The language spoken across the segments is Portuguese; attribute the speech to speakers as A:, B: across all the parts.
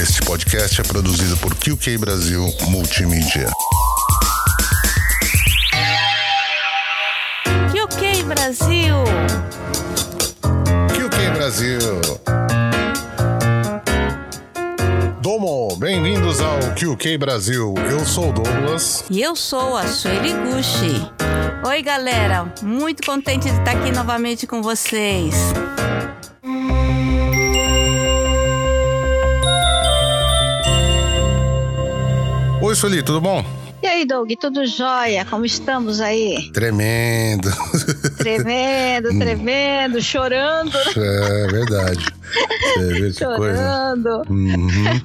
A: Este podcast é produzido por QK Brasil Multimídia.
B: QK Brasil.
A: QK Brasil. Domo, bem-vindos ao QK Brasil. Eu sou o Douglas.
B: E eu sou a Sueli Gucci. Oi, galera. Muito contente de estar aqui novamente com vocês.
A: Oi, Sueli, tudo bom?
C: E aí, Doug, tudo jóia? Como estamos aí?
A: Tremendo.
C: Tremendo, tremendo, chorando, né?
A: É verdade. Você vê que coisa.
C: chorando,
A: Uhum.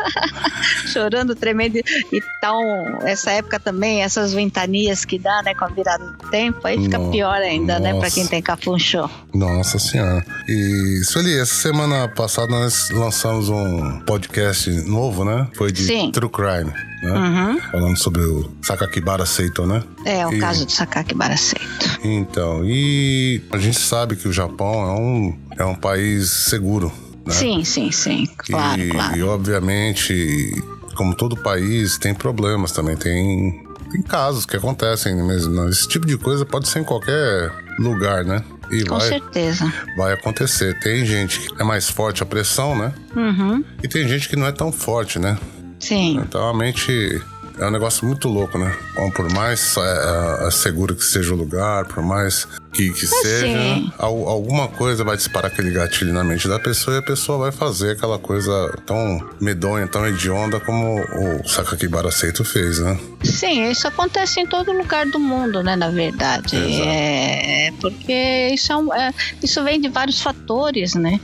C: chorando, tremendo. E tal, essa época também, essas ventanias que dá, né, com a virada do tempo, aí fica
A: No-
C: pior ainda, né, pra
A: nossa.
C: quem tem cafunchô.
A: Nossa senhora. E Sueli, essa semana passada nós lançamos um podcast novo, né? Foi de
C: Sim. Hum.
A: True Crime, né? Falando sobre o Sakakibara Seito, né?
C: Uhum. É, o
A: E-
C: caso do Sakaki Baraceto.
A: Então, e a gente sabe que o Japão é um, é um país seguro, né?
C: Sim, sim, sim, claro,
A: e,
C: claro.
A: e, obviamente, como todo país, tem problemas também, tem, tem casos que acontecem mesmo. né? Esse tipo de coisa pode ser em qualquer lugar, né? E
C: Com
A: vai,
C: certeza.
A: vai acontecer. Tem gente que é mais forte a pressão, né?
C: Uhum.
A: E tem gente que não é tão forte, né?
C: Sim,
A: Então a mente é um negócio muito louco, né? Bom, por mais é, é, seguro que seja o lugar, por mais que, que seja,
C: sim.
A: al- alguma coisa vai disparar aquele gatilho na mente da pessoa e a pessoa vai fazer aquela coisa tão medonha, tão hedionda como o Sakakibara Seito fez, né?
C: sim, isso acontece em todo lugar do mundo, né, na verdade.
A: Exato.
C: É, é, porque isso, é um- é, isso vem de vários fatores, né?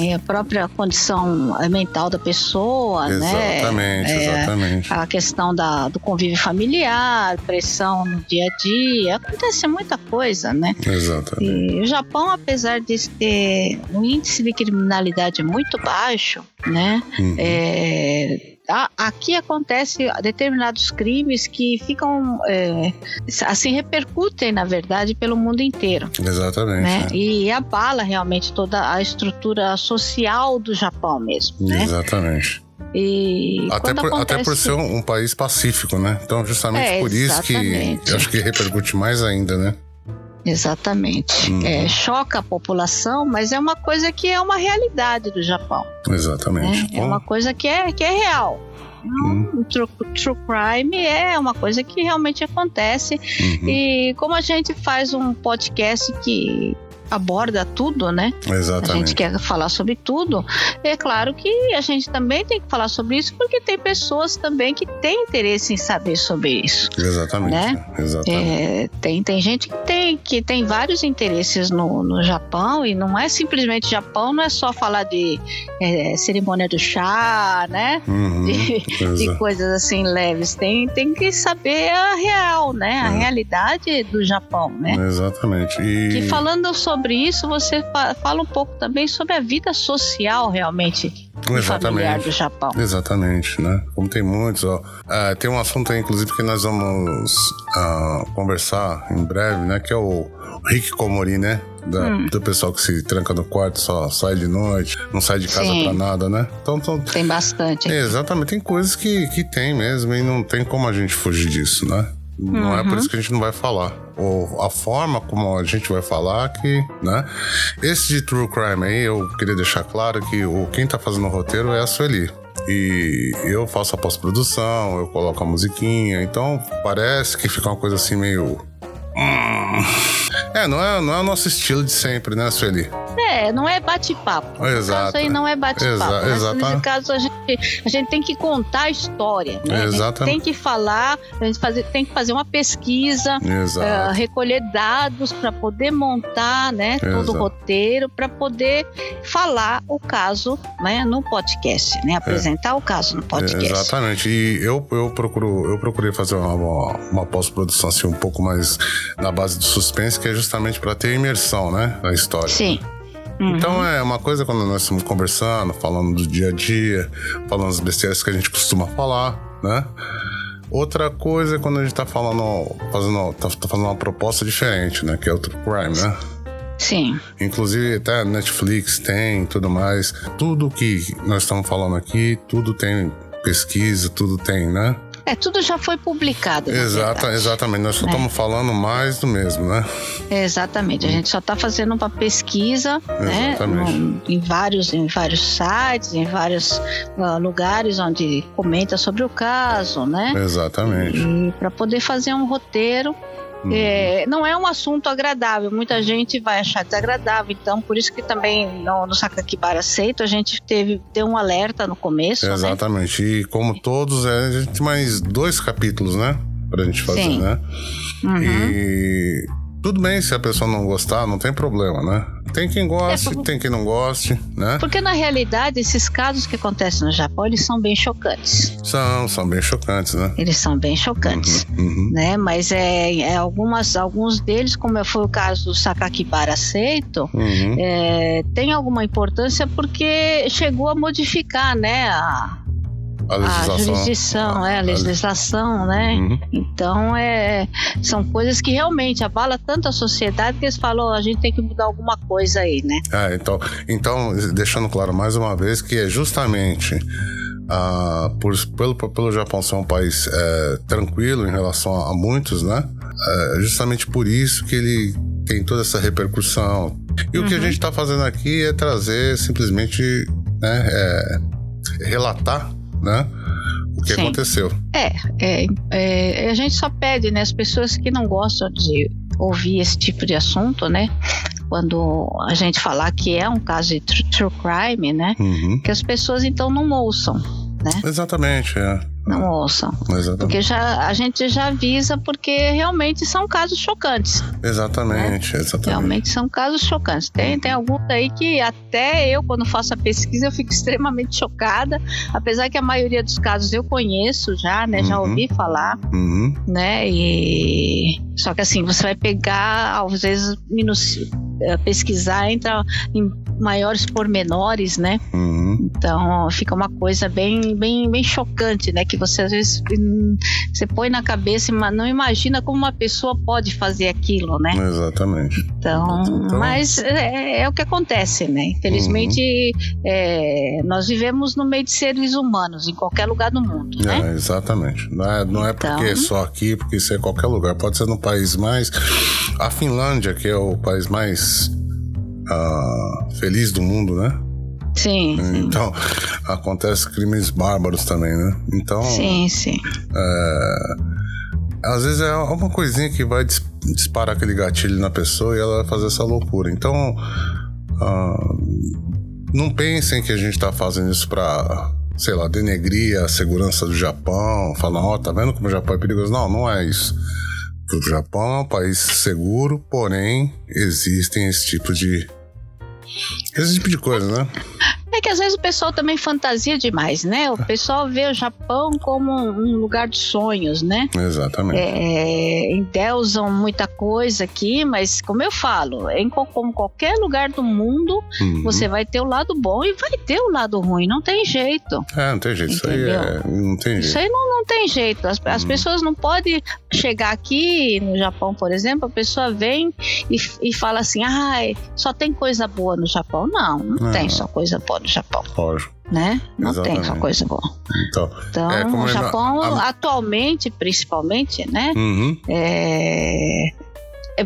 C: É, a própria condição eh, mental da pessoa, né?
A: Exatamente,
C: É,
A: exatamente.
C: A questão da, do convívio familiar, pressão no dia a dia, acontece muita coisa, né?
A: Exatamente.
C: E o Japão, apesar de ter um índice de criminalidade muito baixo, né?
A: Uhum.
C: É, a- aqui acontece determinados crimes que ficam é, assim repercutem na verdade pelo mundo inteiro,
A: Exatamente.
C: né?
A: né?
C: E abala realmente toda a estrutura social do Japão mesmo, né?
A: Exatamente.
C: E
A: Uhum. Até
C: quando
A: por,
C: acontece...
A: até por ser um, um país pacífico, né? Então, justamente
C: É,
A: por isso que
C: exatamente.
A: eu acho que repercute mais ainda, né?
C: Exatamente.
A: Uhum.
C: É, choca a população, mas é uma coisa que é uma realidade do Japão. né?
A: Exatamente.
C: É
A: Bom, Uhum.
C: uma coisa que é, que é real. O true, true crime é uma coisa que realmente acontece.
A: uhum.
C: E como a gente faz um podcast que aborda tudo, né? A gente
A: Exatamente.
C: quer falar sobre tudo. É claro que a gente também tem que falar sobre isso, porque tem pessoas também que têm interesse em saber sobre isso.
A: Exatamente.
C: né?
A: né? Exatamente.
C: É, tem, tem gente que tem, que tem vários interesses no, no Japão e não é simplesmente Japão, não é só falar de é, cerimônia do chá, né?
A: Uhum,
C: De, de
A: exa-
C: coisas assim leves. Tem, tem que saber a real, né? A
A: É.
C: realidade do Japão, né?
A: Exatamente.
C: E
A: E,
C: falando sobre isso, você fa- fala um pouco também sobre a vida social realmente e familiar
A: exatamente.
C: do Japão.
A: Exatamente, né? Como tem muitos, ó. Ah, tem um assunto aí, inclusive, que nós vamos ah, conversar em breve, né? Que é o Rick Komori, né? Da-
C: Hum.
A: Do pessoal que se tranca no quarto, só sai de noite, não sai de casa
C: Sim.
A: pra nada, né? Então, então
C: Tem bastante.
A: É, exatamente, tem coisas que, que tem mesmo e não tem como a gente fugir disso, né? Não é por isso que a gente não vai falar. Ou a forma como a gente vai falar que, né? Esse de True Crime aí, eu queria deixar claro que o, quem tá fazendo o roteiro é a Sueli. E eu faço a pós-produção, eu coloco a musiquinha, então parece que fica uma coisa assim meio. hum. É, não é, não é o nosso estilo de sempre, né, Sueli?
C: É, não é bate-papo.
A: Exato.
C: Nesse caso aí não é
A: Exa-
C: bate-papo.
A: exata-
C: Nesse- Nesse caso a gente, a gente tem que contar a história. Né? A gente
A: Exatamente.
C: tem que falar, a gente fazer- tem que fazer uma pesquisa. eh,
A: Exato.
C: recolher dados para poder montar né, todo
A: Exato.
C: o roteiro, para poder falar o caso né, no podcast, né, apresentar o caso no podcast.
A: Exatamente. E eu, eu, procuro, eu procurei fazer uma, uma, uma pós-produção assim, um pouco mais na base do suspense, que é justamente para ter imersão, né? Na história.
C: Sim. Uhum.
A: Então é uma coisa quando nós estamos conversando, falando do dia a dia, falando as besteiras que a gente costuma falar, né? Outra coisa é quando a gente tá falando, fazendo, tá, tá fazendo uma proposta diferente, né? Que é o true crime, né?
C: Sim.
A: Inclusive até a Netflix tem tudo mais. Tudo que nós estamos falando aqui, tudo tem pesquisa, tudo tem, né?
C: É, tudo já foi publicado.
A: Exata,
C: Exatamente.
A: exatamente, nós só
C: É.
A: estamos falando mais do mesmo, né?
C: Exatamente, a gente só está fazendo uma pesquisa né,
A: Exatamente.
C: no- em, vários, em vários sites, em vários ah, lugares onde comenta sobre o caso, né?
A: Exatamente. Uhum.
C: E para poder fazer um roteiro. é, não é um assunto agradável, muita gente vai achar desagradável, então por isso que também no, no Sakakibara Seito a gente teve deu um alerta no começo, né?
A: Exatamente. E como todos, é, a gente tem mais dois capítulos, né? Pra gente fazer,
C: Sim.
A: né?
C: Uhum.
A: E tudo bem se a pessoa não gostar, não tem problema, né? Tem quem goste,
C: É, por-
A: tem quem não goste, né?
C: Porque na realidade esses casos que acontecem no Japão eles são bem chocantes,
A: São, são bem chocantes, né?
C: eles são bem chocantes.
A: Uhum.
C: né? Mas é, é algumas, alguns deles, como foi o caso do Sakakibara Seito,
A: Uhum.
C: é, tem alguma importância porque chegou a modificar, né, a,
A: A
C: a
A: legislação.
C: Ah, jurisdição, é, a legislação, né?
A: Uhum.
C: Então é, são coisas que realmente abala tanto a sociedade que eles falam, "Ó, a gente tem que mudar alguma coisa aí, né?
A: Ah, então, então, deixando claro mais uma vez que é justamente ah, por, pelo, pelo Japão ser um país eh, tranquilo em relação a, a muitos, né? É justamente por isso que ele tem toda essa repercussão. E o que
C: Uhum.
A: a gente está fazendo aqui é trazer simplesmente, né, eh, relatar, né, o que
C: Sim.
A: aconteceu.
C: É, é, é, a gente só pede, né, as pessoas que não gostam de ouvir esse tipo de assunto, né? Quando a gente falar que é um caso de tru- true crime, né?
A: Uhum.
C: Que as pessoas então não ouçam,
A: Exatamente, é.
C: não ouçam,
A: Exatamente.
C: porque já a gente já avisa porque realmente são casos chocantes,
A: Exatamente,
C: É.
A: exatamente.
C: realmente são casos chocantes. Tem tem alguns aí que até eu quando faço a pesquisa eu fico extremamente chocada, apesar que a maioria dos casos eu conheço já, né? Já
A: Uhum.
C: ouvi falar.
A: Uhum.
C: né? E só que assim você vai pegar às vezes minuci- eh, pesquisar entra em maiores pormenores, né?
A: Uhum.
C: Então fica uma coisa bem, bem, bem chocante, né? Que você às vezes hum, você põe na cabeça, mas não imagina como uma pessoa pode fazer aquilo, né?
A: Exatamente.
C: Então,
A: Então-
C: mas é, é o que acontece, né? Infelizmente
A: Uhum.
C: eh, nós vivemos no meio de seres humanos em qualquer lugar do mundo, né?
A: É, exatamente. Não é, não é
C: Então.
A: porque é só aqui, porque isso é em qualquer lugar. Pode ser no país mais. A Finlândia, que é o país mais ah, feliz do mundo, né?
C: Sim, sim.
A: Então, acontece crimes bárbaros também, né? Então,
C: Sim, sim.
A: às vezes é uma coisinha que vai dis- disparar aquele gatilho na pessoa e ela vai fazer essa loucura. Então, ah, não pensem que a gente tá fazendo isso pra, sei lá, denegrir a segurança do Japão, falar, ó, tá vendo como o Japão é perigoso? Não, não é isso. O Japão é um país seguro, porém, existem esse tipo de. Esse tipo de coisa, né?
C: É que às vezes o pessoal também fantasia demais, né? O
A: É.
C: pessoal vê o Japão como um lugar de sonhos, né?
A: Exatamente.
C: É, endeusam muita coisa aqui, mas como eu falo, em co- como qualquer lugar do mundo,
A: Uhum.
C: É, você vai ter o lado bom e vai ter o lado ruim, não tem jeito.
A: É, não tem jeito. Isso aí é. Não tem
C: Isso
A: jeito.
C: aí não, não tem jeito. As,
A: Uhum.
C: as pessoas não podem chegar aqui no Japão, por exemplo, a pessoa vem e, e fala assim: ai, só tem coisa boa no Japão. Não, não
A: Não.
C: tem só coisa boa no Japão,
A: Lógico.
C: né? Não tem só
A: Exatamente.
C: coisa boa.
A: Então.
C: Então,
A: É, como
C: o
A: ele-
C: Japão,
A: a-
C: atualmente, principalmente, né?
A: Uhum.
C: É... é-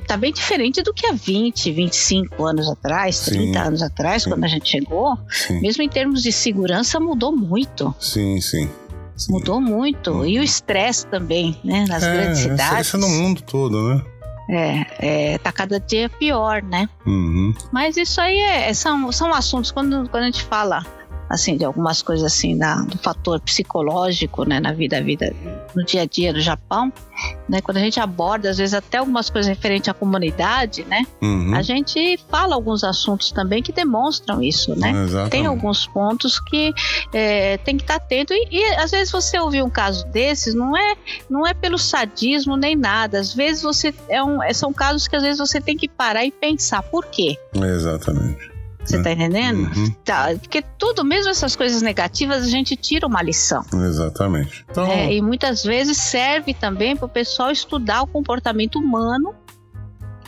C: Tá bem diferente do que há 20, 25 anos atrás,
A: Sim.
C: 30 anos atrás,
A: Sim.
C: quando a gente chegou.
A: Sim.
C: Mesmo em termos de segurança, mudou muito.
A: Sim, sim. Sim.
C: Mudou muito. E o estresse também, né? Nas grandes
A: isso-
C: cidades.
A: Isso é no mundo todo, né?
C: É, é, tá cada dia pior, né?
A: Uhum.
C: Mas isso aí é, é- são, são assuntos, quando, quando a gente fala assim, de algumas coisas assim, da, do fator psicológico, né, na vida, vida, no dia a dia do Japão, né, quando a gente aborda, às vezes, até algumas coisas referentes à comunidade, né,
A: Uhum.
C: a gente fala alguns assuntos também que demonstram isso, né.
A: Exatamente.
C: Tem alguns pontos que é, tem que estar atento. E, e, às vezes você ouvir um caso desses não é não é pelo sadismo nem nada. Às vezes você é um, é- são casos que às vezes você tem que parar e pensar por quê.
A: Exatamente.
C: Você tá entendendo?
A: Uhum.
C: Tá, porque tudo, mesmo essas coisas negativas, a gente tira uma lição.
A: Exatamente. Então,
C: né? E muitas vezes serve também para o pessoal estudar o comportamento humano,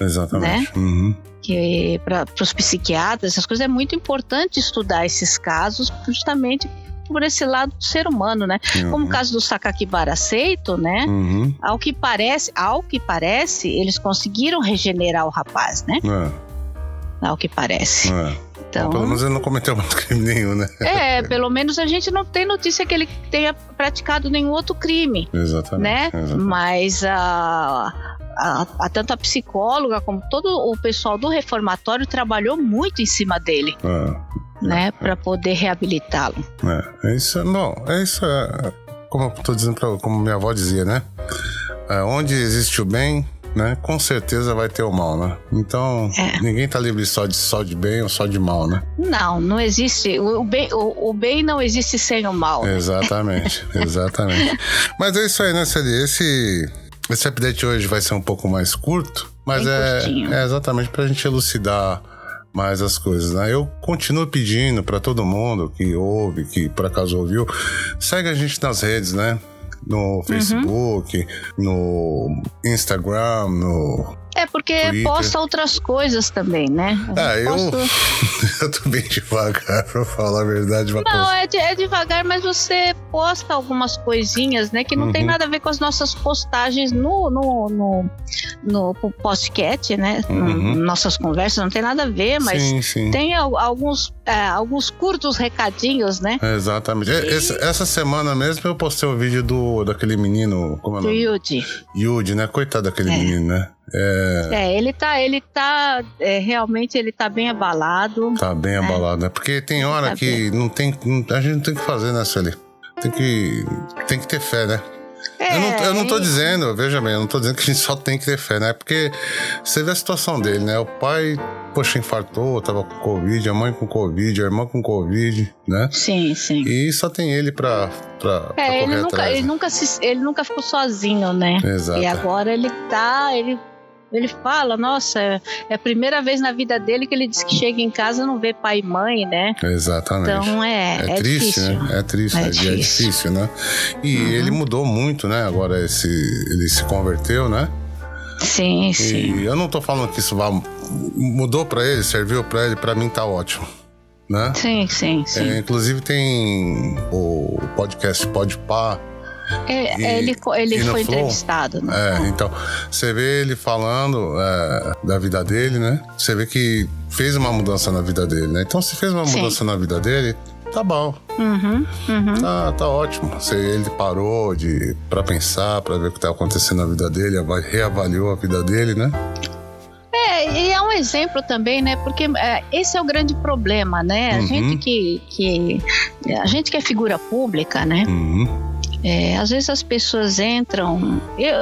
C: né?
A: exatamente. Uhum.
C: que para os psiquiatras, essas coisas, é muito importante estudar esses casos justamente por esse lado do ser humano, né?
A: Uhum.
C: Como o caso do Sakakibara Seito, né?
A: Uhum.
C: Ao que parece, ao que parece, eles conseguiram regenerar o rapaz, né?
A: É,
C: Ao que parece.
A: é.
C: Então,
A: Pelo menos ele não cometeu mais crime nenhum, né?
C: é, pelo menos a gente não tem notícia que ele tenha praticado nenhum outro crime, né?
A: Exatamente. exatamente.
C: Mas a, a- a- tanto a psicóloga como todo o pessoal do reformatório trabalhou muito em cima dele,
A: É,
C: né, Pra poder reabilitá-lo.
A: é. É Isso, não, é isso. é, como eu tô dizendo, pra, como minha avó dizia, né? É, onde existe o bem, né? Com certeza vai ter o mal, né? Então,
C: É.
A: ninguém tá livre só de, só de bem ou só de mal, né?
C: Não, não existe. O, o bem, o- o bem não existe sem o mal.
A: Exatamente, exatamente. Mas é isso aí, né, Celia? Esse, esse update hoje vai ser um pouco mais curto, mas
C: Bem
A: é,
C: curtinho.
A: é exatamente pra gente elucidar mais as coisas, né? Eu continuo pedindo pra todo mundo que ouve, que por acaso ouviu, segue a gente nas redes, né?
C: Uhum.
A: No Facebook, no Instagram, no.
C: É porque
A: Twitter.
C: posta outras coisas também, né?
A: Ah, eu.
C: Posta-
A: eu tô bem devagar pra falar a verdade. pra
C: Não, é, de- é devagar, mas você posta algumas coisinhas, né? Que não tem
A: Uhum.
C: nada a ver com as nossas postagens no, no, no, no podcast, né?
A: Uhum.
C: Nossas conversas, não tem nada a ver, é, mas
A: sim, sim.
C: tem al- alguns, é, alguns curtos recadinhos, né?
A: Exatamente. E- esse- essa semana mesmo eu postei o vídeo do, daquele menino, como é o
C: Do
A: nome?
C: Yudi.
A: Yudi, né? Coitado daquele
C: É.
A: menino, né? É,
C: É, ele tá, ele tá, é, realmente ele tá bem abalado.
A: tá bem abalado, né? Porque tem hora
C: Tá
A: que não tem, não- a gente não tem o que fazer, né, Sueli? Tem que, tem que ter fé, né? eu, não, eu não tô
C: É,
A: dizendo, veja bem, eu não tô dizendo que a gente só tem que ter fé, né? Porque você vê a situação dele, né? O pai, poxa, infartou, tava com Covid, a mãe com Covid, a irmã com Covid, né?
C: Sim, sim.
A: E só tem ele pra, pra, pra
C: É,
A: correr
C: ele nunca,
A: atrás.
C: ele,
A: né?
C: nunca se- ele nunca ficou sozinho, né?
A: Exato.
C: E agora ele tá. Ele, ele fala, nossa, é, é a primeira vez na vida dele que ele diz que chega em casa e não vê pai e mãe, né?
A: Exatamente.
C: Então é,
A: É,
C: é
A: triste,
C: difícil.
A: né? É triste,
C: É
A: né? E é difícil,
C: difícil.
A: né? E ele mudou muito, né? Agora esse, ele se converteu, né?
C: Sim, sim.
A: E eu não tô falando que isso vá, mudou pra ele, serviu pra ele, pra mim tá ótimo, né?
C: Sim, sim, sim.
A: É, inclusive tem o podcast Pode Pá.
C: É,
A: e-
C: ele co- ele
A: e no
C: foi
A: Flow?
C: entrevistado, né?
A: É, então, você vê ele falando é, da vida dele, né? Você vê que fez uma mudança na vida dele, né? Então, se fez uma
C: Sim.
A: mudança na vida dele, tá bom.
C: Uhum, uhum.
A: Tá, tá ótimo. Você- Ele parou de para pensar, para ver o que tá acontecendo na vida dele, ava- reavaliou a vida dele, né?
C: É, e é um exemplo também, né? Porque é, esse é o grande problema, né? A
A: Uhum.
C: gente que, que. A gente que é figura pública, né?
A: Uhum.
C: É, às vezes as pessoas entram. Eu,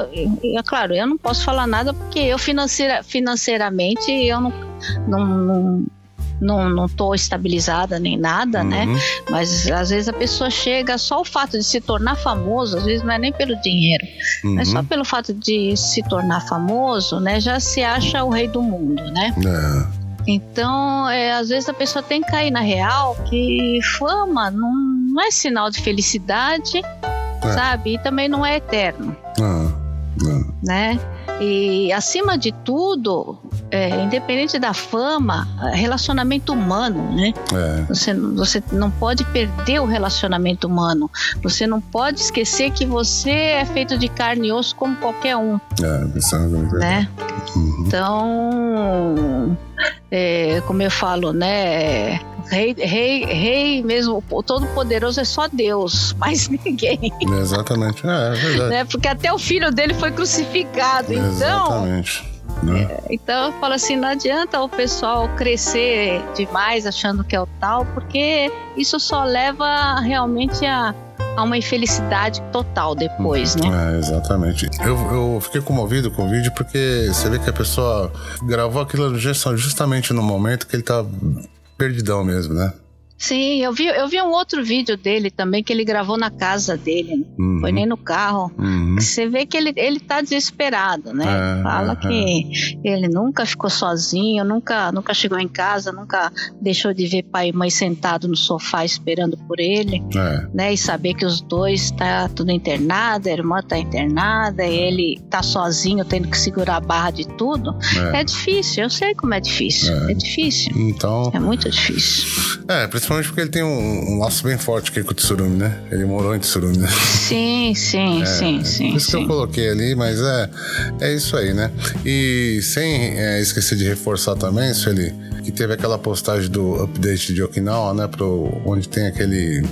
C: eu- é claro, eu não posso falar nada porque eu financeira, financeiramente eu não, não, não, não, não tô estabilizada nem nada, né?
A: Uhum.
C: Mas às vezes a pessoa chega, só o fato de se tornar famoso, às vezes não é nem pelo dinheiro,
A: Uhum.
C: mas só pelo fato de se tornar famoso, né? Já se acha o rei do mundo, né?
A: É.
C: Então, é, às vezes a pessoa tem que cair na real que fama não, não é sinal de felicidade, sabe? E também não é eterno,
A: Ah,
C: né? E acima de tudo, é, independente da fama, é, relacionamento humano, né?
A: ah, é.
C: Você, você não pode perder o relacionamento humano. Você não pode esquecer que você é feito de carne e osso como qualquer um,
A: É, isso é verdade.
C: né?
A: Uhum.
C: Então, é, como eu falo, né? Rei, rei, rei mesmo, o Todo-Poderoso é só Deus, mais ninguém,
A: Exatamente. É, é verdade.
C: né? Porque até o filho dele foi crucificado. Então,
A: Exatamente. Né?
C: então eu falo assim, não adianta o pessoal crescer demais achando que é o tal, porque isso só leva realmente a, a uma infelicidade total depois, né?
A: É, exatamente. Eu, eu fiquei comovido com o vídeo porque você vê que a pessoa gravou aquilo just- justamente no momento que ele tá perdidão mesmo, né?
C: Sim, eu vi, eu vi um outro vídeo dele também que ele gravou na casa dele, né?
A: Uhum.
C: foi nem no carro.
A: Uhum.
C: Você vê que ele, ele tá desesperado, né?
A: É,
C: Fala
A: é,
C: que ele nunca ficou sozinho, nunca, nunca chegou em casa, nunca deixou de ver pai e mãe sentado no sofá esperando por ele,
A: É.
C: né? E saber que os dois tá tudo internado, a irmã tá
A: É.
C: internada, e ele tá sozinho tendo que segurar a barra de tudo.
A: É.
C: É, difícil, eu sei como é difícil. É, difícil.
A: Então,
C: É muito difícil.
A: é, principalmente porque ele tem um, um laço bem forte aqui com o Tsurumi, né? Ele morou em Tsurumi, né?
C: Sim, sim, sim,
A: É, Por
C: sim,
A: isso que eu
C: sim.
A: coloquei ali, mas é, é isso aí, né? E sem é, esquecer de reforçar também, Sueli, que teve aquela postagem do update de Okinawa, né? Pro, onde tem aquele.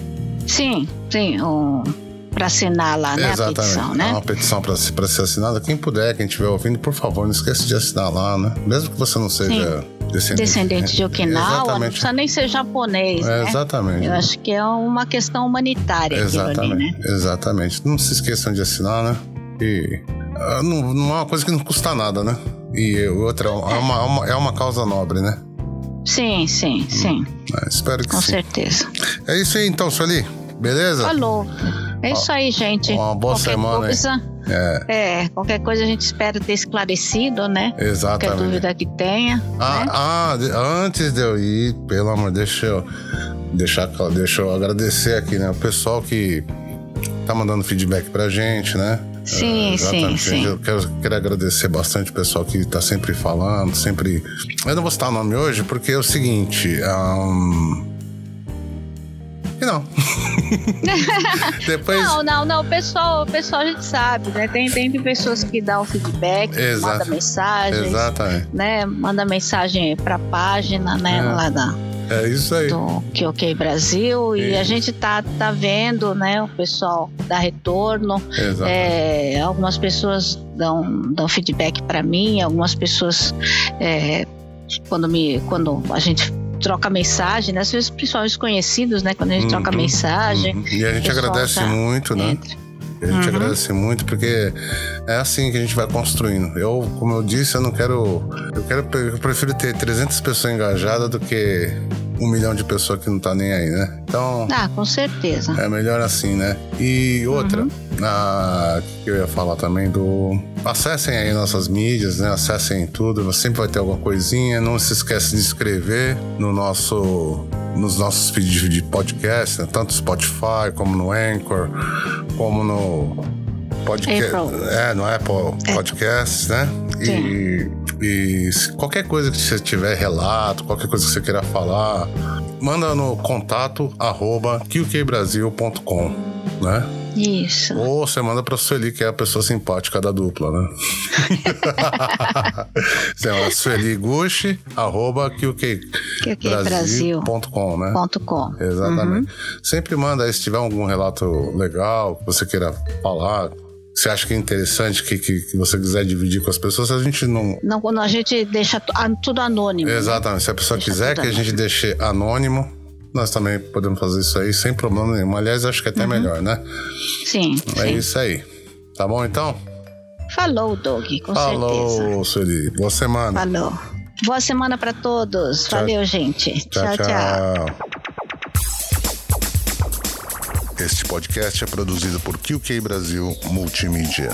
C: Sim, sim. Um, pra assinar lá, né? A petição,
A: É
C: né?
A: uma petição para ser assinada. Quem puder, quem estiver ouvindo, por favor, não esqueça de assinar lá, né? Mesmo que você não seja descendente.
C: descendente de Okinawa, não
A: É, Exatamente.
C: precisa nem ser japonês,
A: É,
C: né?
A: exatamente.
C: Eu acho que é uma questão humanitária aquilo ali,
A: Exatamente,
C: né?
A: exatamente. Não se esqueçam de assinar, né? E ah, não, não é uma coisa que não custa nada, né? E outra, é uma, é uma, é uma causa nobre, né?
C: Sim, sim, sim,
A: Ah, espero que
C: com
A: sim.
C: certeza.
A: É isso aí então, Sueli. Beleza?
C: Falou. É isso aí, gente.
A: Uma boa
C: qualquer
A: semana, hein?
C: coisa,
A: É,
C: é, qualquer coisa a gente espera ter esclarecido, né?
A: É,
C: Qualquer
A: exatamente.
C: dúvida que tenha. né?
A: Ah, ah, de- antes de eu ir, pelo amor, deixa eu, deixar, cla- deixa eu agradecer aqui, né? O pessoal que tá mandando feedback pra gente, né?
C: Sim,
A: É,
C: sim,
A: exatamente.
C: sim.
A: Eu quero, quero agradecer bastante o pessoal que tá sempre falando, sempre. Eu não vou citar o nome hoje, porque é o seguinte. ahn, E não. Depois.
C: Não, não, não. O pessoal, o pessoal a gente sabe, né? Tem, tem pessoas que dão feedback, que
A: Exato.
C: mandam mensagens,
A: Exatamente.
C: né? Manda mensagem pra página, né?
A: É.
C: Lá da,
A: É isso aí.
C: do Que OK Brasil e a gente tá, tá vendo, né, o pessoal dá retorno.
A: Exato.
C: É, algumas pessoas dão, dão feedback para mim, algumas pessoas é, quando me quando a gente troca mensagem, né, às vezes principalmente os conhecidos, né, quando a gente troca
A: Uhum,
C: mensagem,
A: Uhum. E a gente
C: pessoal
A: agradece
C: tá-
A: muito, né?
C: entra.
A: A gente
C: Uhum.
A: agradece muito porque é assim que a gente vai construindo. Eu, como eu disse, eu não quero. Eu, quero, eu prefiro ter 300 pessoas engajadas do que um milhão de pessoas que não tá nem aí, né? Então.
C: Ah, com certeza.
A: É melhor assim, né? E outra, ah, que eu ia falar também do. Acessem aí nossas mídias, né? Acessem tudo, sempre vai ter alguma coisinha. Não se esquece de inscrever no nosso, nos nossos feeds de podcast, né? tanto no Spotify como no Anchor, como no podcast.
C: Apple.
A: É, no Apple Podcasts, né? E, e se qualquer coisa que você tiver relato, qualquer coisa que você queira falar, manda no contato arroba qkbrasil.com, né?
C: Isso.
A: Ou você manda pra Sueli, que é a pessoa simpática da dupla, né? você manda Sueli Gucci, arroba né? qkbrasil.com, né?
C: Ponto com.
A: Exatamente.
C: Uhum.
A: Sempre manda aí se tiver algum relato legal que você queira falar, que você acha que é interessante, que, que, que você quiser dividir com as pessoas, se a gente não.
C: Não, quando a gente deixa tu- ah, tudo anônimo.
A: Exatamente. Se a pessoa
C: Deixa
A: quiser que
C: tudo
A: a gente deixe anônimo, nós também podemos fazer isso aí sem problema nenhum. Aliás, acho que é até melhor, né?
C: Sim.
A: É
C: Uhum. sim.
A: isso aí. Tá bom então?
C: Falou, Doug, com certeza.
A: Falou, Sueli. Boa semana.
C: Falou. Boa semana para todos.
A: Tchau.
C: Valeu, gente. tchau. tchau.
A: Este podcast é produzido por QK Brasil Multimídia.